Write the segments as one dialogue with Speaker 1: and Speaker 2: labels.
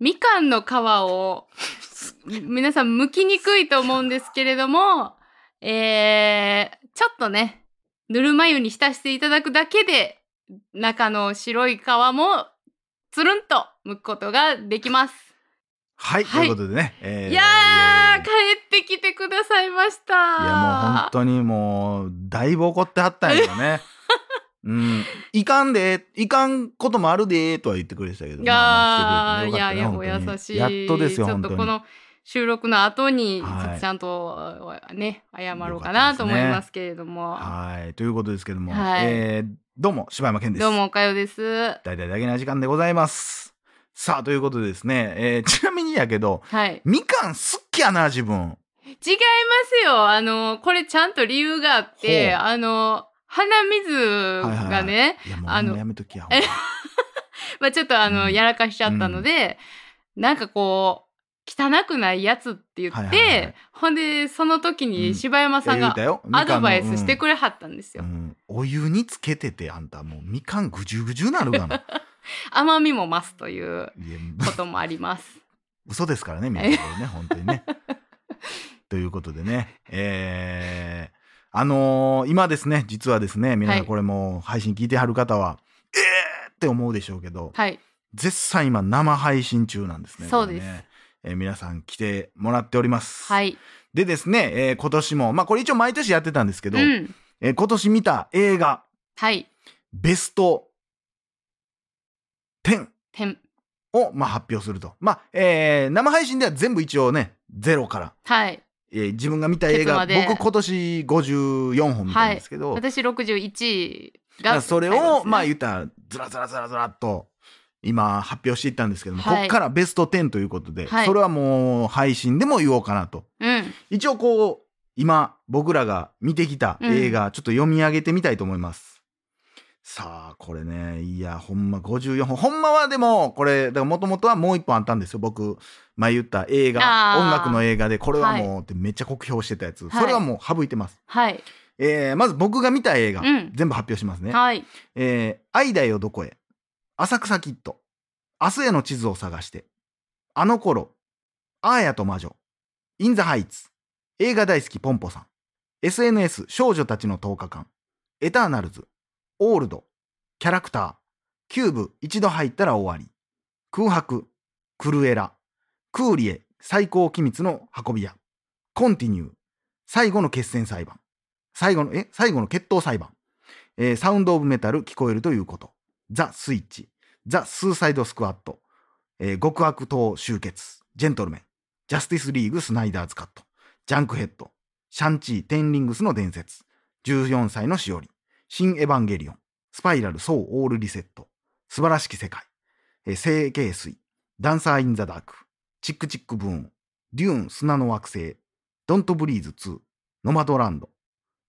Speaker 1: みかんの皮を、皆さん剥きにくいと思うんですけれども、えー、ちょっとね、ぬるま湯に浸していただくだけで、中の白い皮も、つるんと剥くことができます。
Speaker 2: はい、
Speaker 1: はい
Speaker 2: ということでね、えー
Speaker 1: いやー、帰ってきてくださいました。い
Speaker 2: いやもう本当にもうだいぶ怒ってはったんやけ どね。うん、いかんでいかんこともあるでとは言ってくれてたけど
Speaker 1: い
Speaker 2: ま
Speaker 1: や
Speaker 2: あまあ
Speaker 1: ー
Speaker 2: 来て
Speaker 1: い
Speaker 2: くれ
Speaker 1: や
Speaker 2: て
Speaker 1: い
Speaker 2: ね
Speaker 1: や
Speaker 2: 本
Speaker 1: お
Speaker 2: 当に
Speaker 1: 優しい。
Speaker 2: やっとですよ
Speaker 1: ちょっ
Speaker 2: 本
Speaker 1: と
Speaker 2: 当
Speaker 1: こ
Speaker 2: に
Speaker 1: の収録の後に、
Speaker 2: はい
Speaker 1: ちゃんとね謝ろうかなと思いますけれども、
Speaker 2: はいということですけども、
Speaker 1: はい
Speaker 2: えーどうも柴山健です
Speaker 1: どうもおかよです。
Speaker 2: 大体だけな時間でございますさあということでですね、えーちなみにやけど
Speaker 1: はい、
Speaker 2: みかん好きやな自分
Speaker 1: 違いますよ。あのこれちゃんと理由があって、
Speaker 2: ほ
Speaker 1: あの鼻水がね、
Speaker 2: いやもう
Speaker 1: あ
Speaker 2: あ
Speaker 1: の
Speaker 2: のやめときやほんま
Speaker 1: まあちょっとあの、
Speaker 2: うん
Speaker 1: やらかしちゃったので、なんかこう汚くないやつって言って、
Speaker 2: はいはいはい
Speaker 1: ほんでその時
Speaker 2: う
Speaker 1: に
Speaker 2: ん
Speaker 1: 柴山さん
Speaker 2: いや
Speaker 1: が
Speaker 2: 言うたよみか
Speaker 1: ア
Speaker 2: んの
Speaker 1: ドバイスして
Speaker 2: うん
Speaker 1: くれはったんですよ。
Speaker 2: うんお湯につけててあんたもうみかんぐじゅぐじゅなる がない
Speaker 1: 甘みも増すという
Speaker 2: や
Speaker 1: こともあり ます。
Speaker 2: 嘘ですからね、み んなこれね、本当にね。ということでね、えー、あのー今ですね、実はですね、皆さ
Speaker 1: は
Speaker 2: ん
Speaker 1: い
Speaker 2: これもう配信聞いてはる方は、えーって思うでしょうけど、
Speaker 1: はい。
Speaker 2: 絶賛今生配信中なんですね。
Speaker 1: そうです
Speaker 2: これねえー皆さん来てもらっております。
Speaker 1: はい。
Speaker 2: でですね、えー今年も、まあこれ一応毎年やってたんですけど、
Speaker 1: うん。
Speaker 2: えー今年見た映画、
Speaker 1: はい。
Speaker 2: ベスト10。
Speaker 1: てん。
Speaker 2: を、まあ、発表すると。まあ、えー生配信では全部一応ね、ゼロから、
Speaker 1: はい。
Speaker 2: えー自分が見た映
Speaker 1: ケツ
Speaker 2: 画、
Speaker 1: まで
Speaker 2: 僕今年54本見たんですけど、
Speaker 1: 私61位
Speaker 2: だか
Speaker 1: が。
Speaker 2: らそれを、
Speaker 1: 最後ですね
Speaker 2: まあ言ったら、ずらずらずらずらっと、今発表していったんですけども、
Speaker 1: はい
Speaker 2: こっからベスト10ということで、
Speaker 1: はい
Speaker 2: それはもう配信でも言おうかなと。
Speaker 1: うん。
Speaker 2: 一応こう、今僕らが見てきた映画、ちょっと読み上げてみたいと思います。さあ、これね、いや、ほんま54本。ほんまはでも、これ、もともとはもう一本あったんですよ。僕、前言った映
Speaker 1: あ
Speaker 2: 画、
Speaker 1: ー
Speaker 2: 音楽の映画で、これはもう、ってめっちゃ酷評してたや
Speaker 1: は
Speaker 2: つ。
Speaker 1: い
Speaker 2: それはもう省いてます。
Speaker 1: はい。
Speaker 2: えー、まず僕が見た映画、
Speaker 1: うん
Speaker 2: 全部発表しますね。
Speaker 1: はい。
Speaker 2: えー、愛だよどこへ、浅草キッド、明日への地図を探して、あの頃、アーヤと魔女、インザハイツ、映画大好きポンポさん、SNS 少女たちの10日間、エターナルズ、オールド、キャラクター、キューブ一度入ったら終わり、空白、クルエラ、クーリエ最高機密の運び屋、コンティニュー、最後の決戦裁判、最後の、え、最後の決闘裁判、えーサウンド・オブ・メタル聞こえるということ。ザ・スイッチ。ザ・スーサイド・スクワット。えー極悪党集結。ジェントルメン。ジャスティス・リーグ・スナイダーズ・カット。ジャンクヘッド。シャンチー・テンリングスの伝説。14歳のしおり。新・エヴァンゲリオン。スパイラル・ソー・オール・リセット。素晴らしき世界。えー、整形水。ダンサー・イン・ザ・ダーク。チック・チック・ブーン。デューン・砂の惑星。ドント・ブリーズ2。ノマドランド。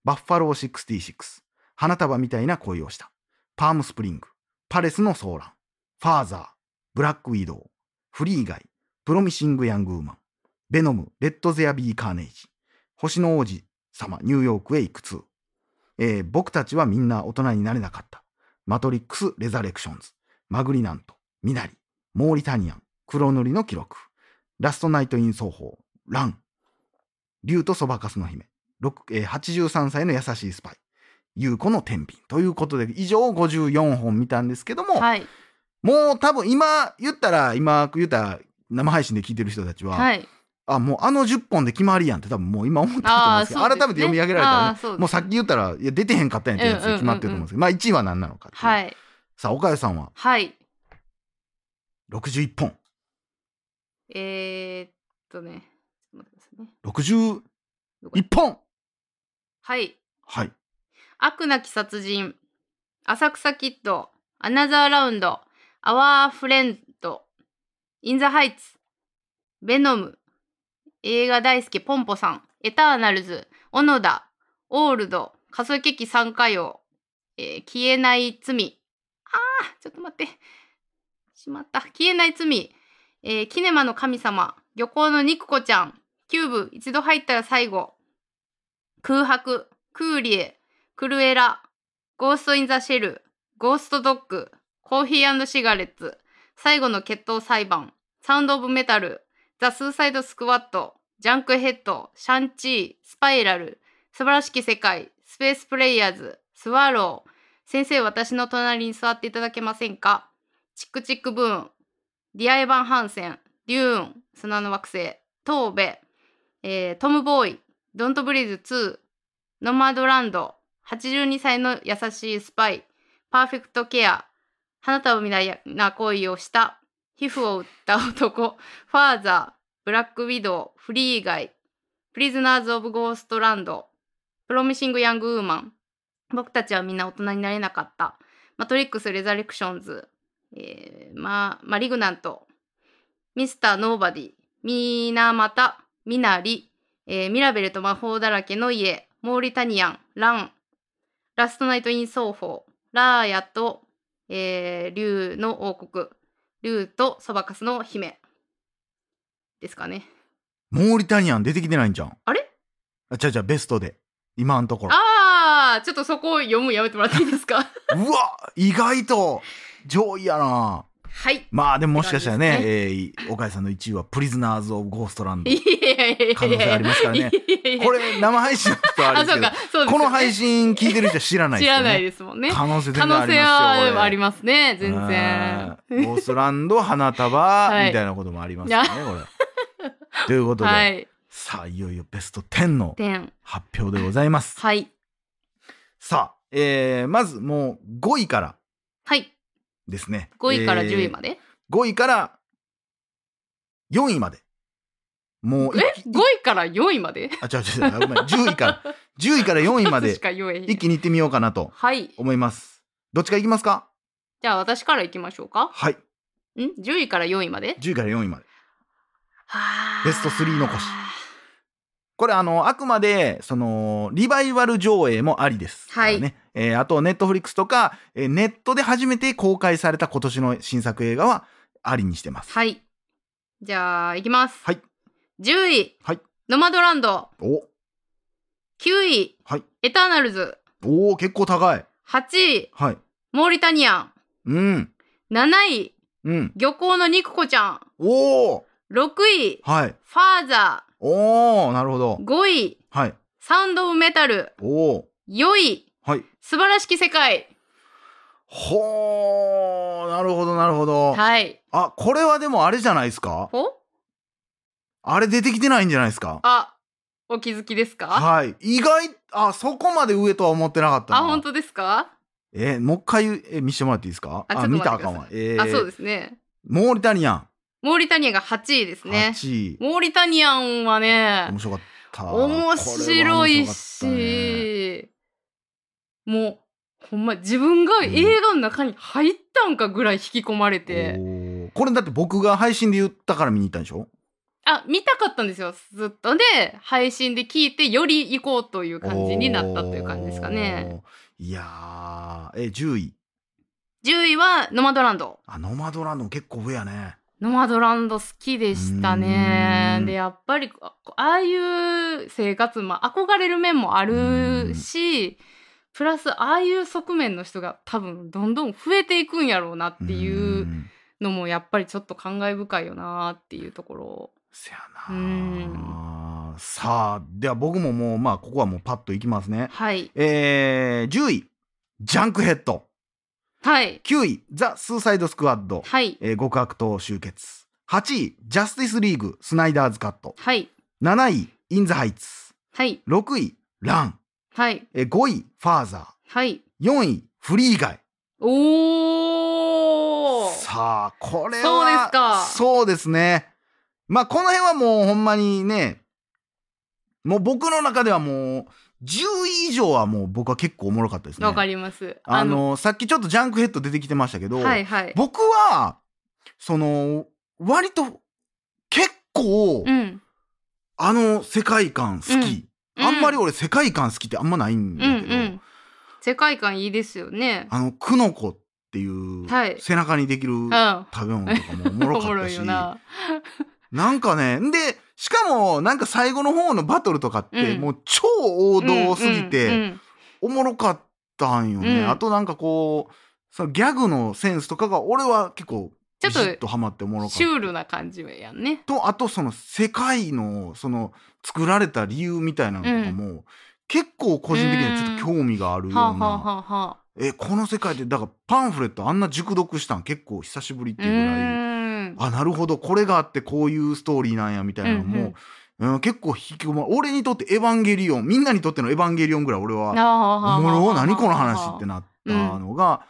Speaker 2: バッファロー66。花束みたいな恋をした。パームスプリング、パレスの騒乱、ファーザー、ブラックウィドウ、フリーガイ、プロミシング・ヤング・ウーマン、ベノム、レッド・ゼア・ビー・カーネージ、星の王子様、ニューヨークへ行く2、えー僕たちはみんな大人になれなかった。マトリックス・レザレクションズ、マグリナント、ミナリ、モーリタニアン、黒塗りの記録、ラストナイト・イン奏法、ラン、竜とそばかすの姫、六えー83歳の優しいスパイ、優子の天秤ということで以上54本見たんですけども、
Speaker 1: はい。
Speaker 2: もう多分今言ったら今言ったら生配信で聞いてる人たちは、
Speaker 1: はい。
Speaker 2: あもうあの10本で決まりやんって多分もう今思ったと思うんですけど
Speaker 1: あーそうですね
Speaker 2: 改めて読み上げられたら
Speaker 1: あー
Speaker 2: ね
Speaker 1: そうですね
Speaker 2: もうさっき言ったらいや出てへんかったんやってやつで決まってると思うんですけど、まあ1位は何なのかっていう
Speaker 1: はい。
Speaker 2: さあ岡谷さんは
Speaker 1: はい。
Speaker 2: 61本
Speaker 1: えー、っとね。ちょっと待ってくださいね。
Speaker 2: 61
Speaker 1: どこや
Speaker 2: 本
Speaker 1: はい。
Speaker 2: はい
Speaker 1: 悪なき殺人、浅草キッド、アナザーラウンド、アワーフレンド、インザハイツ、ベノム、映画大好きポンポさん、エターナルズ、オノダ、オールド、仮想劇参加用、えー消えない罪、あー、ちょっと待って。しまった。消えない罪、えーキネマの神様、漁港の肉子ちゃん、キューブ、一度入ったら最後、空白、クーリエ、クルエラ、ゴースト・イン・ザ・シェル、ゴースト・ドッグ、コーヒーシガレッツ、最後の決闘裁判、サウンド・オブ・メタル、ザ・スーサイド・スクワット、ジャンク・ヘッド、シャンチー、スパイラル、素晴らしき世界、スペース・プレイヤーズ、スワロー、先生私の隣に座っていただけませんかチックチック・ブーン、ディア・エヴァン・ハンセン、デューン、砂の惑星、トーベ、えートム・ボーイ、ドント・ブリーズ2、ノマドランド、82歳の優しいスパイ、パーフェクトケア、花束みたいな恋をした、皮膚を売った男、ファーザー、ブラックウィドウ、フリーガイ、プリズナーズ・オブ・ゴーストランド、プロミシング・ヤング・ウーマン、僕たちはみんな大人になれなかった、マトリックス・レザレクションズ、えーま、マリグナント、ミスター・ノーバディ、みなまた、みなり、えーミラベルと魔法だらけの家、モーリタニアン、ラン、ラストナイト・イン・奏法、ラーヤと、えー、竜の王国、竜とそばかすの姫。ですかね。
Speaker 2: モーリタニアン出てきてないんじゃん。
Speaker 1: あれ
Speaker 2: あ、ちゃうちゃう、ベストで。今のところ。
Speaker 1: あー、ちょっとそこを読むやめてもらっていいですか
Speaker 2: うわ意外と上位やな
Speaker 1: はい。
Speaker 2: まあでももしかしたら
Speaker 1: って
Speaker 2: ね
Speaker 1: 感じ
Speaker 2: えー岡井さんの1位は「プリズナーズ・オブ・ゴーストランド
Speaker 1: い」やいやいやいや
Speaker 2: 可能性ありますからねこ
Speaker 1: れ、
Speaker 2: れ生配信の人はあれ
Speaker 1: あ、
Speaker 2: で
Speaker 1: そ
Speaker 2: すけ
Speaker 1: う
Speaker 2: ど
Speaker 1: か、そうですよね
Speaker 2: この配信聞いてる人は知らないで
Speaker 1: 知
Speaker 2: すよ、ね、
Speaker 1: らないですもんね。
Speaker 2: 可能性全
Speaker 1: 可
Speaker 2: 然あ
Speaker 1: 能
Speaker 2: ります
Speaker 1: 性
Speaker 2: よ
Speaker 1: はあり
Speaker 2: ま
Speaker 1: ますね、全然。
Speaker 2: ゴーストランド花束
Speaker 1: い
Speaker 2: みたいなこともありますよね、これ ということ で、
Speaker 1: はい。
Speaker 2: さあいよいよベスト10の
Speaker 1: 点。
Speaker 2: 発表でございます
Speaker 1: はい。
Speaker 2: さあ、えー、まずもう5位から
Speaker 1: はい。
Speaker 2: ですね
Speaker 1: 5位から10位
Speaker 2: で
Speaker 1: まで。
Speaker 2: 5位から4位まで。もう
Speaker 1: え
Speaker 2: 一気、
Speaker 1: 5位から4位まで
Speaker 2: あ、違う違う違う、ごめん、10位から、10位から4位 ま
Speaker 1: 数
Speaker 2: で
Speaker 1: しか言えへん
Speaker 2: 一気に行ってみようかなと
Speaker 1: はい。
Speaker 2: 思います。どっちから行きますか
Speaker 1: じゃあ私から行きましょうか。
Speaker 2: はい、
Speaker 1: ん ?10 位から4位まで
Speaker 2: 10位から4位まで。
Speaker 1: はあ
Speaker 2: ベスト3残しこれあの、あくまで、その、リバイバル上映もありです。
Speaker 1: はい
Speaker 2: だからね。えーあと、ネットフリックスとか、えーネットで初めて公開された今年の新作映画は、ありにしてます。
Speaker 1: はい。じゃあ、いきます。
Speaker 2: はい。
Speaker 1: 10位。
Speaker 2: はい
Speaker 1: ノマドランド。
Speaker 2: お、
Speaker 1: 9位。
Speaker 2: はい
Speaker 1: エターナルズ。
Speaker 2: おー結構高い。
Speaker 1: 8位。
Speaker 2: はい。
Speaker 1: モーリタニア
Speaker 2: うん、
Speaker 1: ン。7位。
Speaker 2: うん。
Speaker 1: 漁港の肉子ちゃん。
Speaker 2: おー
Speaker 1: 6位。
Speaker 2: はい。
Speaker 1: ファーザ
Speaker 2: おーなるほど
Speaker 1: ー。。5位。
Speaker 2: はい。
Speaker 1: サウンドオブメタル。
Speaker 2: おお。
Speaker 1: 4位。
Speaker 2: はい。
Speaker 1: 素晴らしき世界。
Speaker 2: ほー、なるほど、なるほど。
Speaker 1: はい。
Speaker 2: あ、これはでもあれじゃないですか
Speaker 1: お
Speaker 2: あれ出てきてないんじゃないですか
Speaker 1: あ、お気づきですか
Speaker 2: はい。意外、あ、そこまで上とは思ってなかったな。
Speaker 1: あ、本当ですか、
Speaker 2: えーもう一回えー見してもらっていいですか
Speaker 1: あちょっと
Speaker 2: 見
Speaker 1: 待
Speaker 2: たら
Speaker 1: っ
Speaker 2: あ
Speaker 1: てください
Speaker 2: かんわ。え。
Speaker 1: あ、そうですすね。
Speaker 2: モーリタニアン。
Speaker 1: モーリタニアが8位ですね。
Speaker 2: 8位。
Speaker 1: モーリタニアンはね
Speaker 2: 面、白かった。
Speaker 1: 面白い
Speaker 2: これ
Speaker 1: し、もう、ほんま、自分が映画の中に入ったんかぐらい引き込まれ
Speaker 2: は面白かったね
Speaker 1: て、
Speaker 2: おーこれだって僕が配信で言ったから見に行ったんでしょ
Speaker 1: あ、見たかったんですよ、ずっと。で、配信で聞いて、より行こうという感じになったという感じですかね。
Speaker 2: おー。いやー、えー、10位。
Speaker 1: 10位は、ノマドランド。
Speaker 2: あ、ノマドランドも結構上やね。
Speaker 1: ノマドランド好きでした
Speaker 2: う
Speaker 1: ね
Speaker 2: ん。
Speaker 1: で、やっぱり、あああいう生活、まあ、憧れる面もあるし、プラス、ああいう側面の人が多分、どんどん増えていくんやろうなっていううのも、やっぱりちょっと感慨深いよなっていうところ。
Speaker 2: せや
Speaker 1: う
Speaker 2: なさあでは僕ももうまあここはもうパッといきますね
Speaker 1: はい。
Speaker 2: えー、10位ジャンクヘッド
Speaker 1: はい。
Speaker 2: 9位ザ・スーサイド・スクワッド、
Speaker 1: はい。
Speaker 2: えー極悪党集結8位ジャスティス・リーグスナイダーズ・カット
Speaker 1: はい。
Speaker 2: 7位イン・ザ・ハイツ
Speaker 1: はい。
Speaker 2: 6位ラン、
Speaker 1: はい。
Speaker 2: えー5位ファーザ
Speaker 1: はい。
Speaker 2: ー4位フリーガイ
Speaker 1: おー
Speaker 2: さあこれは
Speaker 1: そうですか
Speaker 2: そうですねまあこの辺はもうほんまにねもう僕の中ではもう10位以上はもう僕は結構おもろかったですね
Speaker 1: わかります。
Speaker 2: あのさっきちょっとジャンクヘッド出てきてましたけど、
Speaker 1: はいはい。
Speaker 2: 僕はその割と結構、
Speaker 1: うん。
Speaker 2: あの世界観好き、
Speaker 1: うん
Speaker 2: あんまり俺世界観好きってあんまないんだ
Speaker 1: うん
Speaker 2: けど、
Speaker 1: うん。世界観いいですよね。
Speaker 2: あのクノコっていう
Speaker 1: はい
Speaker 2: 背中にできる
Speaker 1: うん。
Speaker 2: 食べ物とかもおもろかっ
Speaker 1: お
Speaker 2: た
Speaker 1: い
Speaker 2: し
Speaker 1: よな。
Speaker 2: なんかね、んで、しかも、なんか最後の方のバトルとかって、
Speaker 1: うん
Speaker 2: もう超王道すぎ
Speaker 1: うんうん
Speaker 2: て、
Speaker 1: うん
Speaker 2: おもろかったんよね。
Speaker 1: うん
Speaker 2: あとなんかこう、そのギャグのセンスとかが、俺は結構
Speaker 1: ちょっ
Speaker 2: ビシッ
Speaker 1: と
Speaker 2: とハマっておもろかった
Speaker 1: シュールな感じやんね。
Speaker 2: とあとその世界のその作られた理由みたいなのとかも、結構個人的にはちょっと興味があるよう
Speaker 1: は
Speaker 2: な、
Speaker 1: あ、はあはあはあ、
Speaker 2: えこの世界でだからパンフレットあんな熟読したん結構久しぶりっ
Speaker 1: う
Speaker 2: ていうぐらい、
Speaker 1: ーん。
Speaker 2: あなるほどこれがあってこういうストーリーなんやみたいなのも、うん結構引き込ま俺にとって「エヴァンゲリオン」みんなにとっての「エヴァンゲリオン」ぐらい俺はおもろ何この話って
Speaker 1: な。
Speaker 2: なったのが、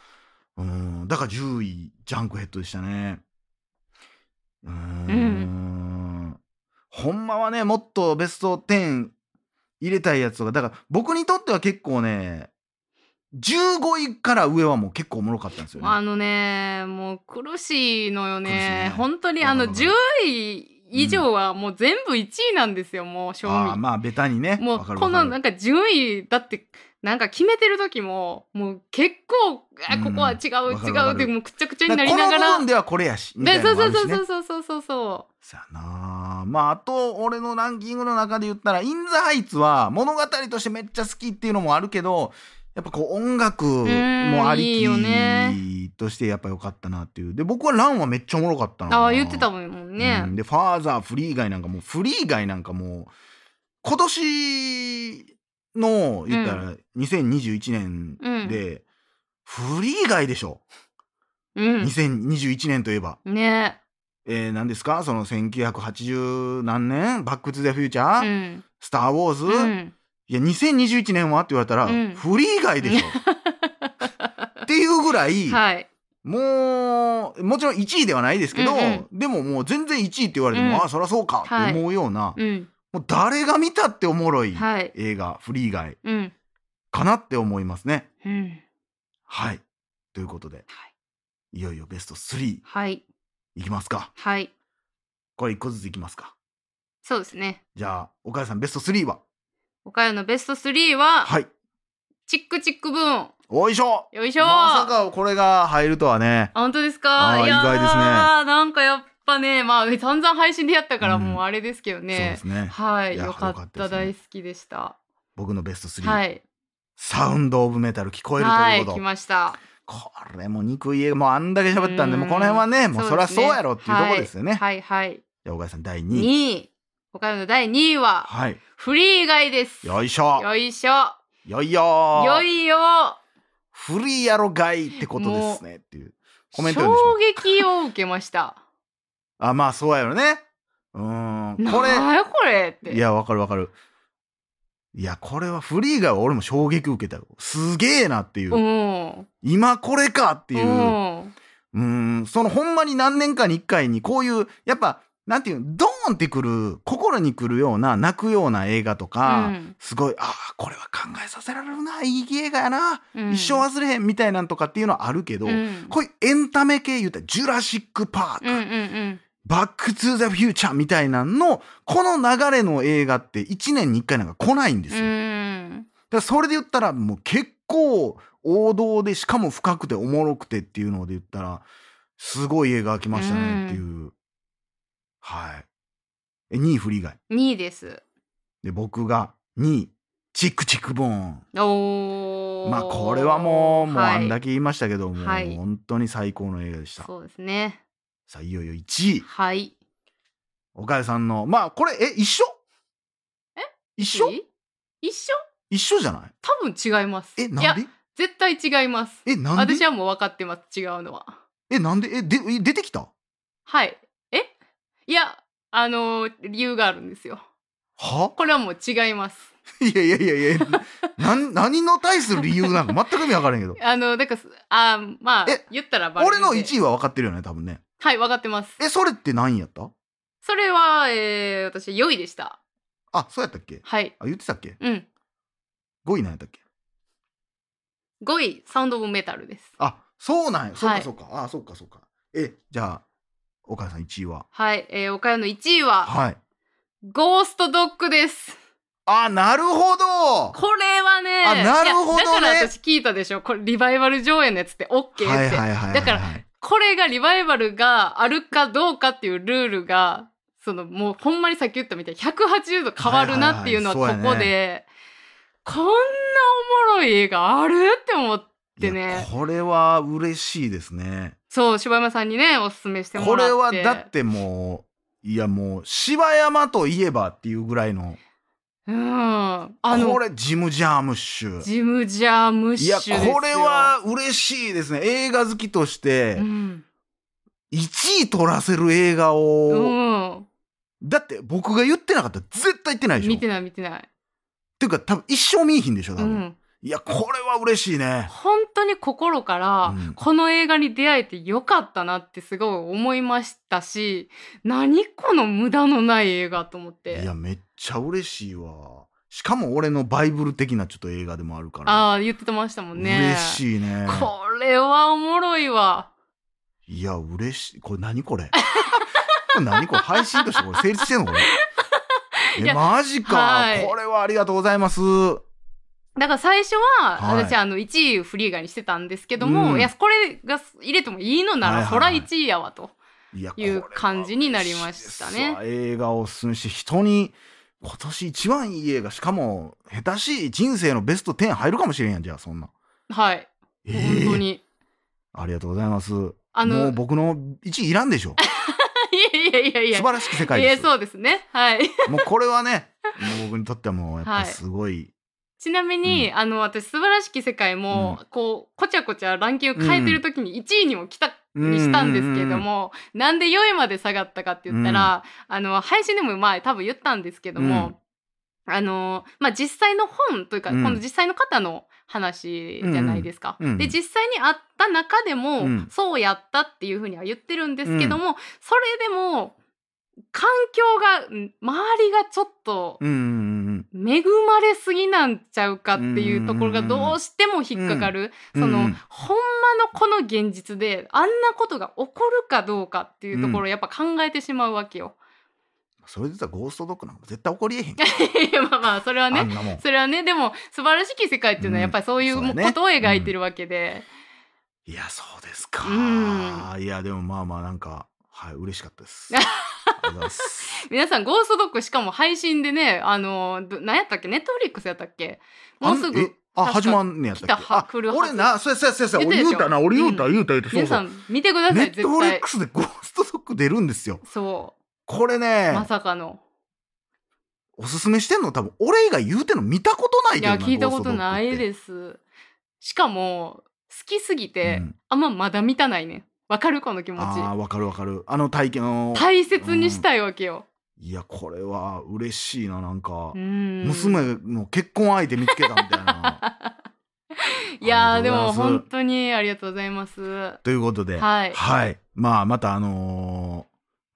Speaker 2: うん、だから10位ジャンクヘッドでしたねうー
Speaker 1: う
Speaker 2: ん
Speaker 1: ん
Speaker 2: ほんまはねもっとベスト10入れたいやつとかだから僕にとっては結構ね15位から上はもう結構おもろかったんですよね
Speaker 1: あのね、もう苦しいのよ
Speaker 2: 苦しいね
Speaker 1: ね。本当に
Speaker 2: わ
Speaker 1: あ
Speaker 2: かる
Speaker 1: の
Speaker 2: わかる
Speaker 1: 10位以上はもう全部1位なんですよ、もう賞
Speaker 2: あー
Speaker 1: 味。
Speaker 2: まあベタにね
Speaker 1: もう
Speaker 2: わかる
Speaker 1: こ
Speaker 2: わか
Speaker 1: の
Speaker 2: る
Speaker 1: なんか順位だってなんか決めてる時ももう結構あ
Speaker 2: うん
Speaker 1: ここは違う
Speaker 2: わか
Speaker 1: 違
Speaker 2: るわか
Speaker 1: うっ
Speaker 2: る
Speaker 1: てもうくちゃくちゃに
Speaker 2: だ
Speaker 1: な
Speaker 2: から
Speaker 1: りな
Speaker 2: この
Speaker 1: が
Speaker 2: 部
Speaker 1: ら。
Speaker 2: 分ではこれやしみたい
Speaker 1: で
Speaker 2: な
Speaker 1: そ
Speaker 2: の
Speaker 1: う
Speaker 2: もあ
Speaker 1: そ
Speaker 2: る
Speaker 1: う
Speaker 2: しね
Speaker 1: そうそうそうそうそ
Speaker 2: さやなあまああと俺のランキングの中で言ったら「イン・ザ・ハイツ」は物語としてめっちゃ好きっていうのもあるけどやっぱこう音楽もあ
Speaker 1: う
Speaker 2: り
Speaker 1: んいいよね
Speaker 2: きとしてやっぱ良かったなっていうで僕は「ラン」はめっちゃおもろかった
Speaker 1: う。
Speaker 2: な
Speaker 1: ああ言ってたもんね。
Speaker 2: うんで「ファーザー」「フリーガイ」なんかもうフリーガイなんかもう今年の言ったら2021年で、フリーガイでしょ
Speaker 1: うん。
Speaker 2: 2021年といえば。
Speaker 1: ね。
Speaker 2: えー、何ですかその1980何年バック・トゥ・ザ・フューチャ
Speaker 1: う
Speaker 2: ー、
Speaker 1: ん。
Speaker 2: スター・ウォーズ、
Speaker 1: う
Speaker 2: い
Speaker 1: ん
Speaker 2: や2021年はって言われたら、
Speaker 1: うん
Speaker 2: フリー以外で しょっていうぐらい、
Speaker 1: はい。
Speaker 2: もうもちろん1位ではないですけど、
Speaker 1: うんうん
Speaker 2: でももう全然1位って言われても、
Speaker 1: うん
Speaker 2: ああそりゃそうかって思うような、
Speaker 1: うん。
Speaker 2: もう誰が見たっておもろい
Speaker 1: はい。
Speaker 2: 映画、フリー以外
Speaker 1: うん。
Speaker 2: かなって思いますね。
Speaker 1: うん。
Speaker 2: はいということで、、
Speaker 1: はい
Speaker 2: よいよベスト3
Speaker 1: はい。
Speaker 2: いきますか
Speaker 1: はい。
Speaker 2: これ1個ずついきますか
Speaker 1: そうですね。
Speaker 2: じゃあ岡田さんベスト3は
Speaker 1: 岡山のベスト3は、
Speaker 2: はい
Speaker 1: チックチックブーン。
Speaker 2: おいしょ
Speaker 1: よいしょー
Speaker 2: まさかこれが入るとはね
Speaker 1: あ、本当ですか
Speaker 2: あー
Speaker 1: いやー
Speaker 2: 意外ですね
Speaker 1: なんかやっぱね、まあ、 散々配信でやったから、
Speaker 2: うん
Speaker 1: もうあれですけどね。
Speaker 2: そうですね
Speaker 1: はいい、
Speaker 2: や
Speaker 1: よか
Speaker 2: よかっ
Speaker 1: ったた、
Speaker 2: です
Speaker 1: 大
Speaker 2: ね
Speaker 1: 好きでした。
Speaker 2: 僕のベスト3、
Speaker 1: はい。
Speaker 2: サウンド・オブ・メタル聞こえると
Speaker 1: はいい、
Speaker 2: うこ
Speaker 1: 来
Speaker 2: と、
Speaker 1: ました。
Speaker 2: これも憎い映画もうあんだけ喋ったん
Speaker 1: う
Speaker 2: で
Speaker 1: ん
Speaker 2: もうこの辺はねもうそりゃそう
Speaker 1: ですね
Speaker 2: やろっていうところですよね、
Speaker 1: はい、はい、はい。
Speaker 2: じゃあ岡井さん第2位
Speaker 1: 2位。岡山の第2位は、
Speaker 2: はい
Speaker 1: フリー以外です。
Speaker 2: よいしょ
Speaker 1: よいしょ。
Speaker 2: よいよ
Speaker 1: よいよ。
Speaker 2: フリーやろがいってことですねっていうコメント読んでしま
Speaker 1: 衝
Speaker 2: う
Speaker 1: 撃を受けました。
Speaker 2: あまあそうやろねうーん こ
Speaker 1: な
Speaker 2: れ
Speaker 1: あやこれって。
Speaker 2: いやわかるわかるいやこれはフリー以外は俺も衝撃受けたよすげえなっていう、
Speaker 1: うん。っ
Speaker 2: 今これかって
Speaker 1: て
Speaker 2: いう、うーん、そのほんまに何年かに一回にこういう、やっぱ、なんていうの、ドーンってくる、心にくるような、泣くような映画とか、すごい、ああ、これは考えさせられるな、いい映画やな、一生忘れへんみたいなんとかっていうのはあるけど、
Speaker 1: うん
Speaker 2: こういうエンタメ系言ったら、ジュラシック・パーク、
Speaker 1: うんうんうん。
Speaker 2: バック・トゥ・ザ・フューチャーみたいなの、この流れの映画って1年に1回なんか来ないんですよ。だからそれで言ったら、もう結構王道で、しかも深くておもろくてっていうので言ったら、すごい映画が来ましたねっていう。はい。え、2位フリーガイ。
Speaker 1: 2位です。
Speaker 2: で、僕が2位、チックチックボーン。
Speaker 1: おー
Speaker 2: まあ、これはもう、もうあんだ
Speaker 1: け
Speaker 2: け言いましたけど、もう
Speaker 1: はい
Speaker 2: 本当に最高の映画でした。
Speaker 1: そうですね。
Speaker 2: さあ、いよいよ1位。
Speaker 1: はい。
Speaker 2: 岡谷さんの、まあ、これ、え、一緒え一緒
Speaker 1: いい一緒
Speaker 2: 一緒じゃない
Speaker 1: 多分違います。
Speaker 2: え、
Speaker 1: い
Speaker 2: な
Speaker 1: や
Speaker 2: んで、
Speaker 1: 絶対違います。
Speaker 2: え、なんで
Speaker 1: 私はもう分かってます、違うのは。
Speaker 2: え、なんでえ、で、え出てきた
Speaker 1: はい。えいや、あのー理由があるんですよ。
Speaker 2: は
Speaker 1: これはもう違います。
Speaker 2: いやいやいやいや、なん何の対する理由なんか全く意味わからへんけど。
Speaker 1: あの、だから、あーまあ
Speaker 2: え、
Speaker 1: 言ったらバレる
Speaker 2: 俺
Speaker 1: んで
Speaker 2: の1位は分かってるよね、多分ね。
Speaker 1: はい、分かってます。
Speaker 2: え、それって何位やった
Speaker 1: それは、えー、私、良いでした。
Speaker 2: あ、そうやったっけ
Speaker 1: はい。
Speaker 2: あ、言ってたっけ
Speaker 1: うん。
Speaker 2: ?5 位なんやったっけ
Speaker 1: 5位、サウンド・オブ・メタルです。
Speaker 2: あ、そうなんや。そう
Speaker 1: は
Speaker 2: か
Speaker 1: い
Speaker 2: そうか。あ、そうかそうか。え、じゃあ、岡田さん1位は
Speaker 1: はい。えー、岡山の1位は、
Speaker 2: はい。
Speaker 1: ゴーストドッグです。
Speaker 2: あ、なるほど
Speaker 1: これはね、
Speaker 2: あなるほどね
Speaker 1: いやだから私聞いたでしょ。これ、リバイバル上映のやつって OK って。
Speaker 2: はいはいはいはい。
Speaker 1: だから
Speaker 2: はい、
Speaker 1: これがリバイバルがあるかどうかっていうルールが、そのもうほんまにさっき言ったみたいに180度変わるなっていうのは
Speaker 2: はいはい
Speaker 1: こ
Speaker 2: はい
Speaker 1: こで、こんなおもろい映画あるって思って
Speaker 2: いや
Speaker 1: ね。
Speaker 2: これは嬉しいですね。
Speaker 1: そう柴山さんにねおすすめしても
Speaker 2: こ
Speaker 1: らって
Speaker 2: れはだってもういやもう芝山といえばっていうぐらいの
Speaker 1: うんあの
Speaker 2: これジム・ジャームッシュ
Speaker 1: ジムジャームッ
Speaker 2: い
Speaker 1: シュ
Speaker 2: や
Speaker 1: ですよ
Speaker 2: これは嬉しいですね映画好きとして
Speaker 1: うん、
Speaker 2: 1位取らせる映画を、
Speaker 1: うん、
Speaker 2: だって僕が言ってなかったら絶対言ってないでしょ
Speaker 1: 見てない見てない、
Speaker 2: っていうか多分一生見えひんでしょ多
Speaker 1: う
Speaker 2: 分、
Speaker 1: ん、
Speaker 2: いやこれは嬉しいね
Speaker 1: 本当に心から、
Speaker 2: うん
Speaker 1: この映画に出会えてよかったなってすごい思いましたし何この無駄のない映画と思っ
Speaker 2: い
Speaker 1: て
Speaker 2: やめっちゃ嬉しいわしかも俺のバイブル的なちょっと映画でもあるから
Speaker 1: ああ言ってましたもんね
Speaker 2: 嬉しいね
Speaker 1: これはおもろいわ
Speaker 2: いや嬉しいこれ何これ これ何これ配信としてこれ成立してんのこれ
Speaker 1: い
Speaker 2: え
Speaker 1: や
Speaker 2: マジか、
Speaker 1: はい
Speaker 2: これはありがとうございます
Speaker 1: だから最初は、
Speaker 2: はい
Speaker 1: 私あの1位をフリーガにしてたんですけども、
Speaker 2: うん
Speaker 1: いやこれが入れてもいいのなら、
Speaker 2: はいはい
Speaker 1: そ
Speaker 2: は
Speaker 1: ら
Speaker 2: い
Speaker 1: 1位やわと
Speaker 2: いや
Speaker 1: いう
Speaker 2: これは
Speaker 1: 感じになりましたね
Speaker 2: 嬉しいですわ映画をおすすめして人に今年一番いい映画しかも下手しい人生のベスト10入るかもしれんやんじゃあそんな
Speaker 1: はい
Speaker 2: えー
Speaker 1: 本当に、
Speaker 2: ありがとうございます
Speaker 1: あ
Speaker 2: も
Speaker 1: の
Speaker 2: う僕の1位いらんでしょ
Speaker 1: いやいやいやい
Speaker 2: 素
Speaker 1: や
Speaker 2: 晴らしき世界
Speaker 1: い
Speaker 2: で
Speaker 1: や
Speaker 2: す
Speaker 1: そうですねはい
Speaker 2: もうこれはねもう僕にとってはもうやっぱすごい、
Speaker 1: ちなみに、あの私素晴らしき世界も、こうこちゃこちゃランキング変えてる時に1位にも来た、
Speaker 2: うん
Speaker 1: にしたんですけれども、なんで4位まで下がったかって言ったら、あの配信でも前多分言ったんですけども、あのまあ実際の本というか、
Speaker 2: うん
Speaker 1: この実際の方の話じゃないですか。
Speaker 2: うんうんうん
Speaker 1: で実際にあった中でも、
Speaker 2: うん
Speaker 1: そうやったっていうふうには言ってるんですけども、それでも環境がん周りがちょっと
Speaker 2: うんうんうんうん
Speaker 1: 恵まれすぎなんちゃうかっていうところがどうしても引っかかる、
Speaker 2: うん
Speaker 1: その、
Speaker 2: うん
Speaker 1: ほんまのこの現実であんなことが起こるかどうかっていうところをやっぱ考えてしまうわけよ。
Speaker 2: それで言ったらゴーストドッグなんか絶対起こりえへん
Speaker 1: いやまあまあそれは
Speaker 2: あ
Speaker 1: ね
Speaker 2: んなもん
Speaker 1: それはねでも素晴らしき世界っていうのはやっぱりそういう
Speaker 2: うんそうだね
Speaker 1: ことを描いてるわけで、
Speaker 2: いやそうですか、
Speaker 1: う
Speaker 2: いやでもまあまあなんかはい嬉しかったです ありがとうございます
Speaker 1: 皆さん「ゴーストドッグ」しかも配信でねあのど何やったっけネットフリックスやったっけもうす
Speaker 2: あんえ
Speaker 1: ぐ
Speaker 2: あ
Speaker 1: 確か
Speaker 2: 始まんねやったっけ
Speaker 1: 来たは
Speaker 2: あ
Speaker 1: 来るはず
Speaker 2: 俺なそうやそうやそうやそうや
Speaker 1: 言ったでしょ
Speaker 2: 俺言うたな俺言うた言うた言うたそう
Speaker 1: 皆
Speaker 2: そ
Speaker 1: さ
Speaker 2: うん
Speaker 1: 見てくださ
Speaker 2: ネ
Speaker 1: い
Speaker 2: ット
Speaker 1: 絶
Speaker 2: フレッ
Speaker 1: 対
Speaker 2: クスで ゴーストドッグ出るんですよ
Speaker 1: そ
Speaker 2: これ
Speaker 1: う
Speaker 2: ね
Speaker 1: まさかの
Speaker 2: おすすめしてんの多分俺以外言うてんの見たことない
Speaker 1: い
Speaker 2: けど
Speaker 1: や
Speaker 2: な
Speaker 1: 聞いたことない
Speaker 2: す
Speaker 1: ですしかも好きすぎて、あんままだ満たないねわかるこの気持
Speaker 2: あ
Speaker 1: ち
Speaker 2: ーわかるわかるあの体験を
Speaker 1: 大切にしたいわけよ、
Speaker 2: いやこれは嬉しいななんか、
Speaker 1: うん、
Speaker 2: 娘の結婚相手見つけたみたいな
Speaker 1: いや
Speaker 2: あ
Speaker 1: ー
Speaker 2: り
Speaker 1: で
Speaker 2: がとう
Speaker 1: も
Speaker 2: ございます
Speaker 1: 本当にありがとうございますは、
Speaker 2: ということではいまあまたあの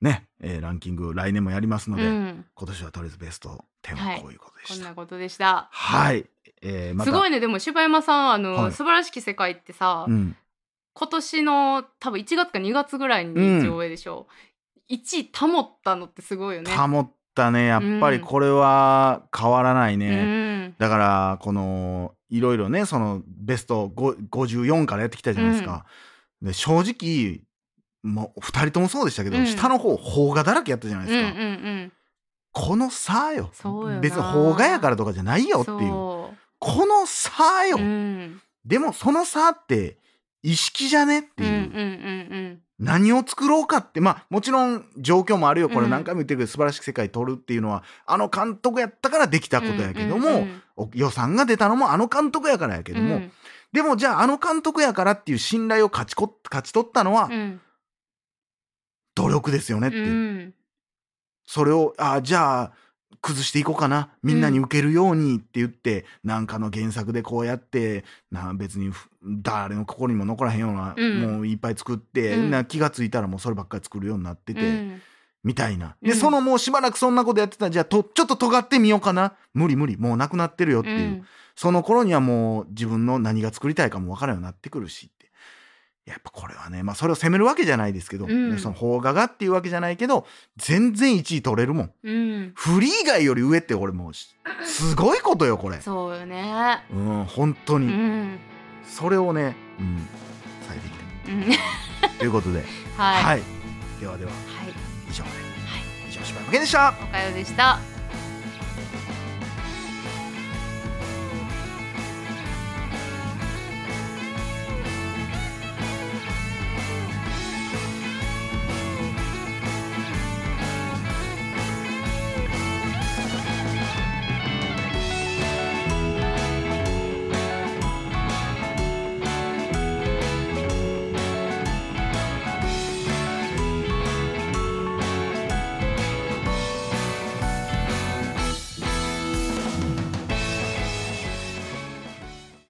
Speaker 2: ーね、えーランキング来年もやりますの
Speaker 1: う
Speaker 2: で、
Speaker 1: ん、
Speaker 2: 今年はとりあえずベスト10
Speaker 1: は
Speaker 2: はいこういうことで
Speaker 1: こん
Speaker 2: した
Speaker 1: なことでした
Speaker 2: はい、えーますた
Speaker 1: ご
Speaker 2: い
Speaker 1: いねでも柴山さんあの、
Speaker 2: はい
Speaker 1: 素晴らしき世界」ってさ、
Speaker 2: うん、
Speaker 1: 今年の多分1月か2月ぐらいに上映でしょ、一1位保ったのってすごいよね
Speaker 2: 保ったねやっぱりこれは変わらないね、
Speaker 1: うん
Speaker 2: だからこのいろいろねそのベスト5 54からやってきたじゃないですか、で正直もう2人ともそうでしたけど、
Speaker 1: うん
Speaker 2: 下の方邦画だらけやったじゃないです
Speaker 1: うんう
Speaker 2: か、
Speaker 1: んうん
Speaker 2: この差よ
Speaker 1: そうよな
Speaker 2: 別に邦画やからとかじゃないよっていう
Speaker 1: そ
Speaker 2: この差よ、
Speaker 1: ううん
Speaker 2: でもその差って意識じゃねって
Speaker 1: うんう
Speaker 2: い
Speaker 1: んう
Speaker 2: う、
Speaker 1: ん
Speaker 2: 何を作ろうかってまあもちろん状況もあるよこれ
Speaker 1: うん
Speaker 2: 何回も言ってるけど「素晴らしき世界」撮るっていうのはあの監督やったからできた
Speaker 1: うん
Speaker 2: ことやけど
Speaker 1: うんうんう
Speaker 2: も、
Speaker 1: ん
Speaker 2: お予算が出たのもあの監督やからやけど
Speaker 1: う
Speaker 2: も、
Speaker 1: ん
Speaker 2: でもじゃああの監督やからっていう信頼を勝ちこ勝ち取ったのは
Speaker 1: うん
Speaker 2: 努力ですよねって、
Speaker 1: うん
Speaker 2: それをあじゃあ崩していこうかなみんなに受けるようにって言って、なんかの原作でこうやってな別にふ誰の心にも残らへんような、
Speaker 1: うん
Speaker 2: もういっぱい作って、
Speaker 1: うん
Speaker 2: な気がついたらもうそればっかり作るようになってて、
Speaker 1: うん
Speaker 2: みたいなで、
Speaker 1: うん
Speaker 2: そのもうしばらくそんなことやってたらじゃあとちょっと尖ってみようかな無理無理もうなくなってるよっていう、
Speaker 1: うん
Speaker 2: その頃にはもう自分の何が作りたいかも分からんようになってくるしって。やっぱこれはね、まあそれを責めるわけじゃないですけど、
Speaker 1: うん
Speaker 2: でその邦画がっていうわけじゃないけど、全然1位取れるもん。
Speaker 1: うん
Speaker 2: フリー以外より上って俺もうし、すごいことよ、これ。
Speaker 1: そうよね
Speaker 2: うん、本当
Speaker 1: う
Speaker 2: に。
Speaker 1: ん
Speaker 2: それをね、うん、再現でき
Speaker 1: うん
Speaker 2: た。ということで、
Speaker 1: はい
Speaker 2: は
Speaker 1: はい
Speaker 2: い。ではでは、
Speaker 1: はい
Speaker 2: 以上で。以上、柴山健でした。
Speaker 1: おかよでした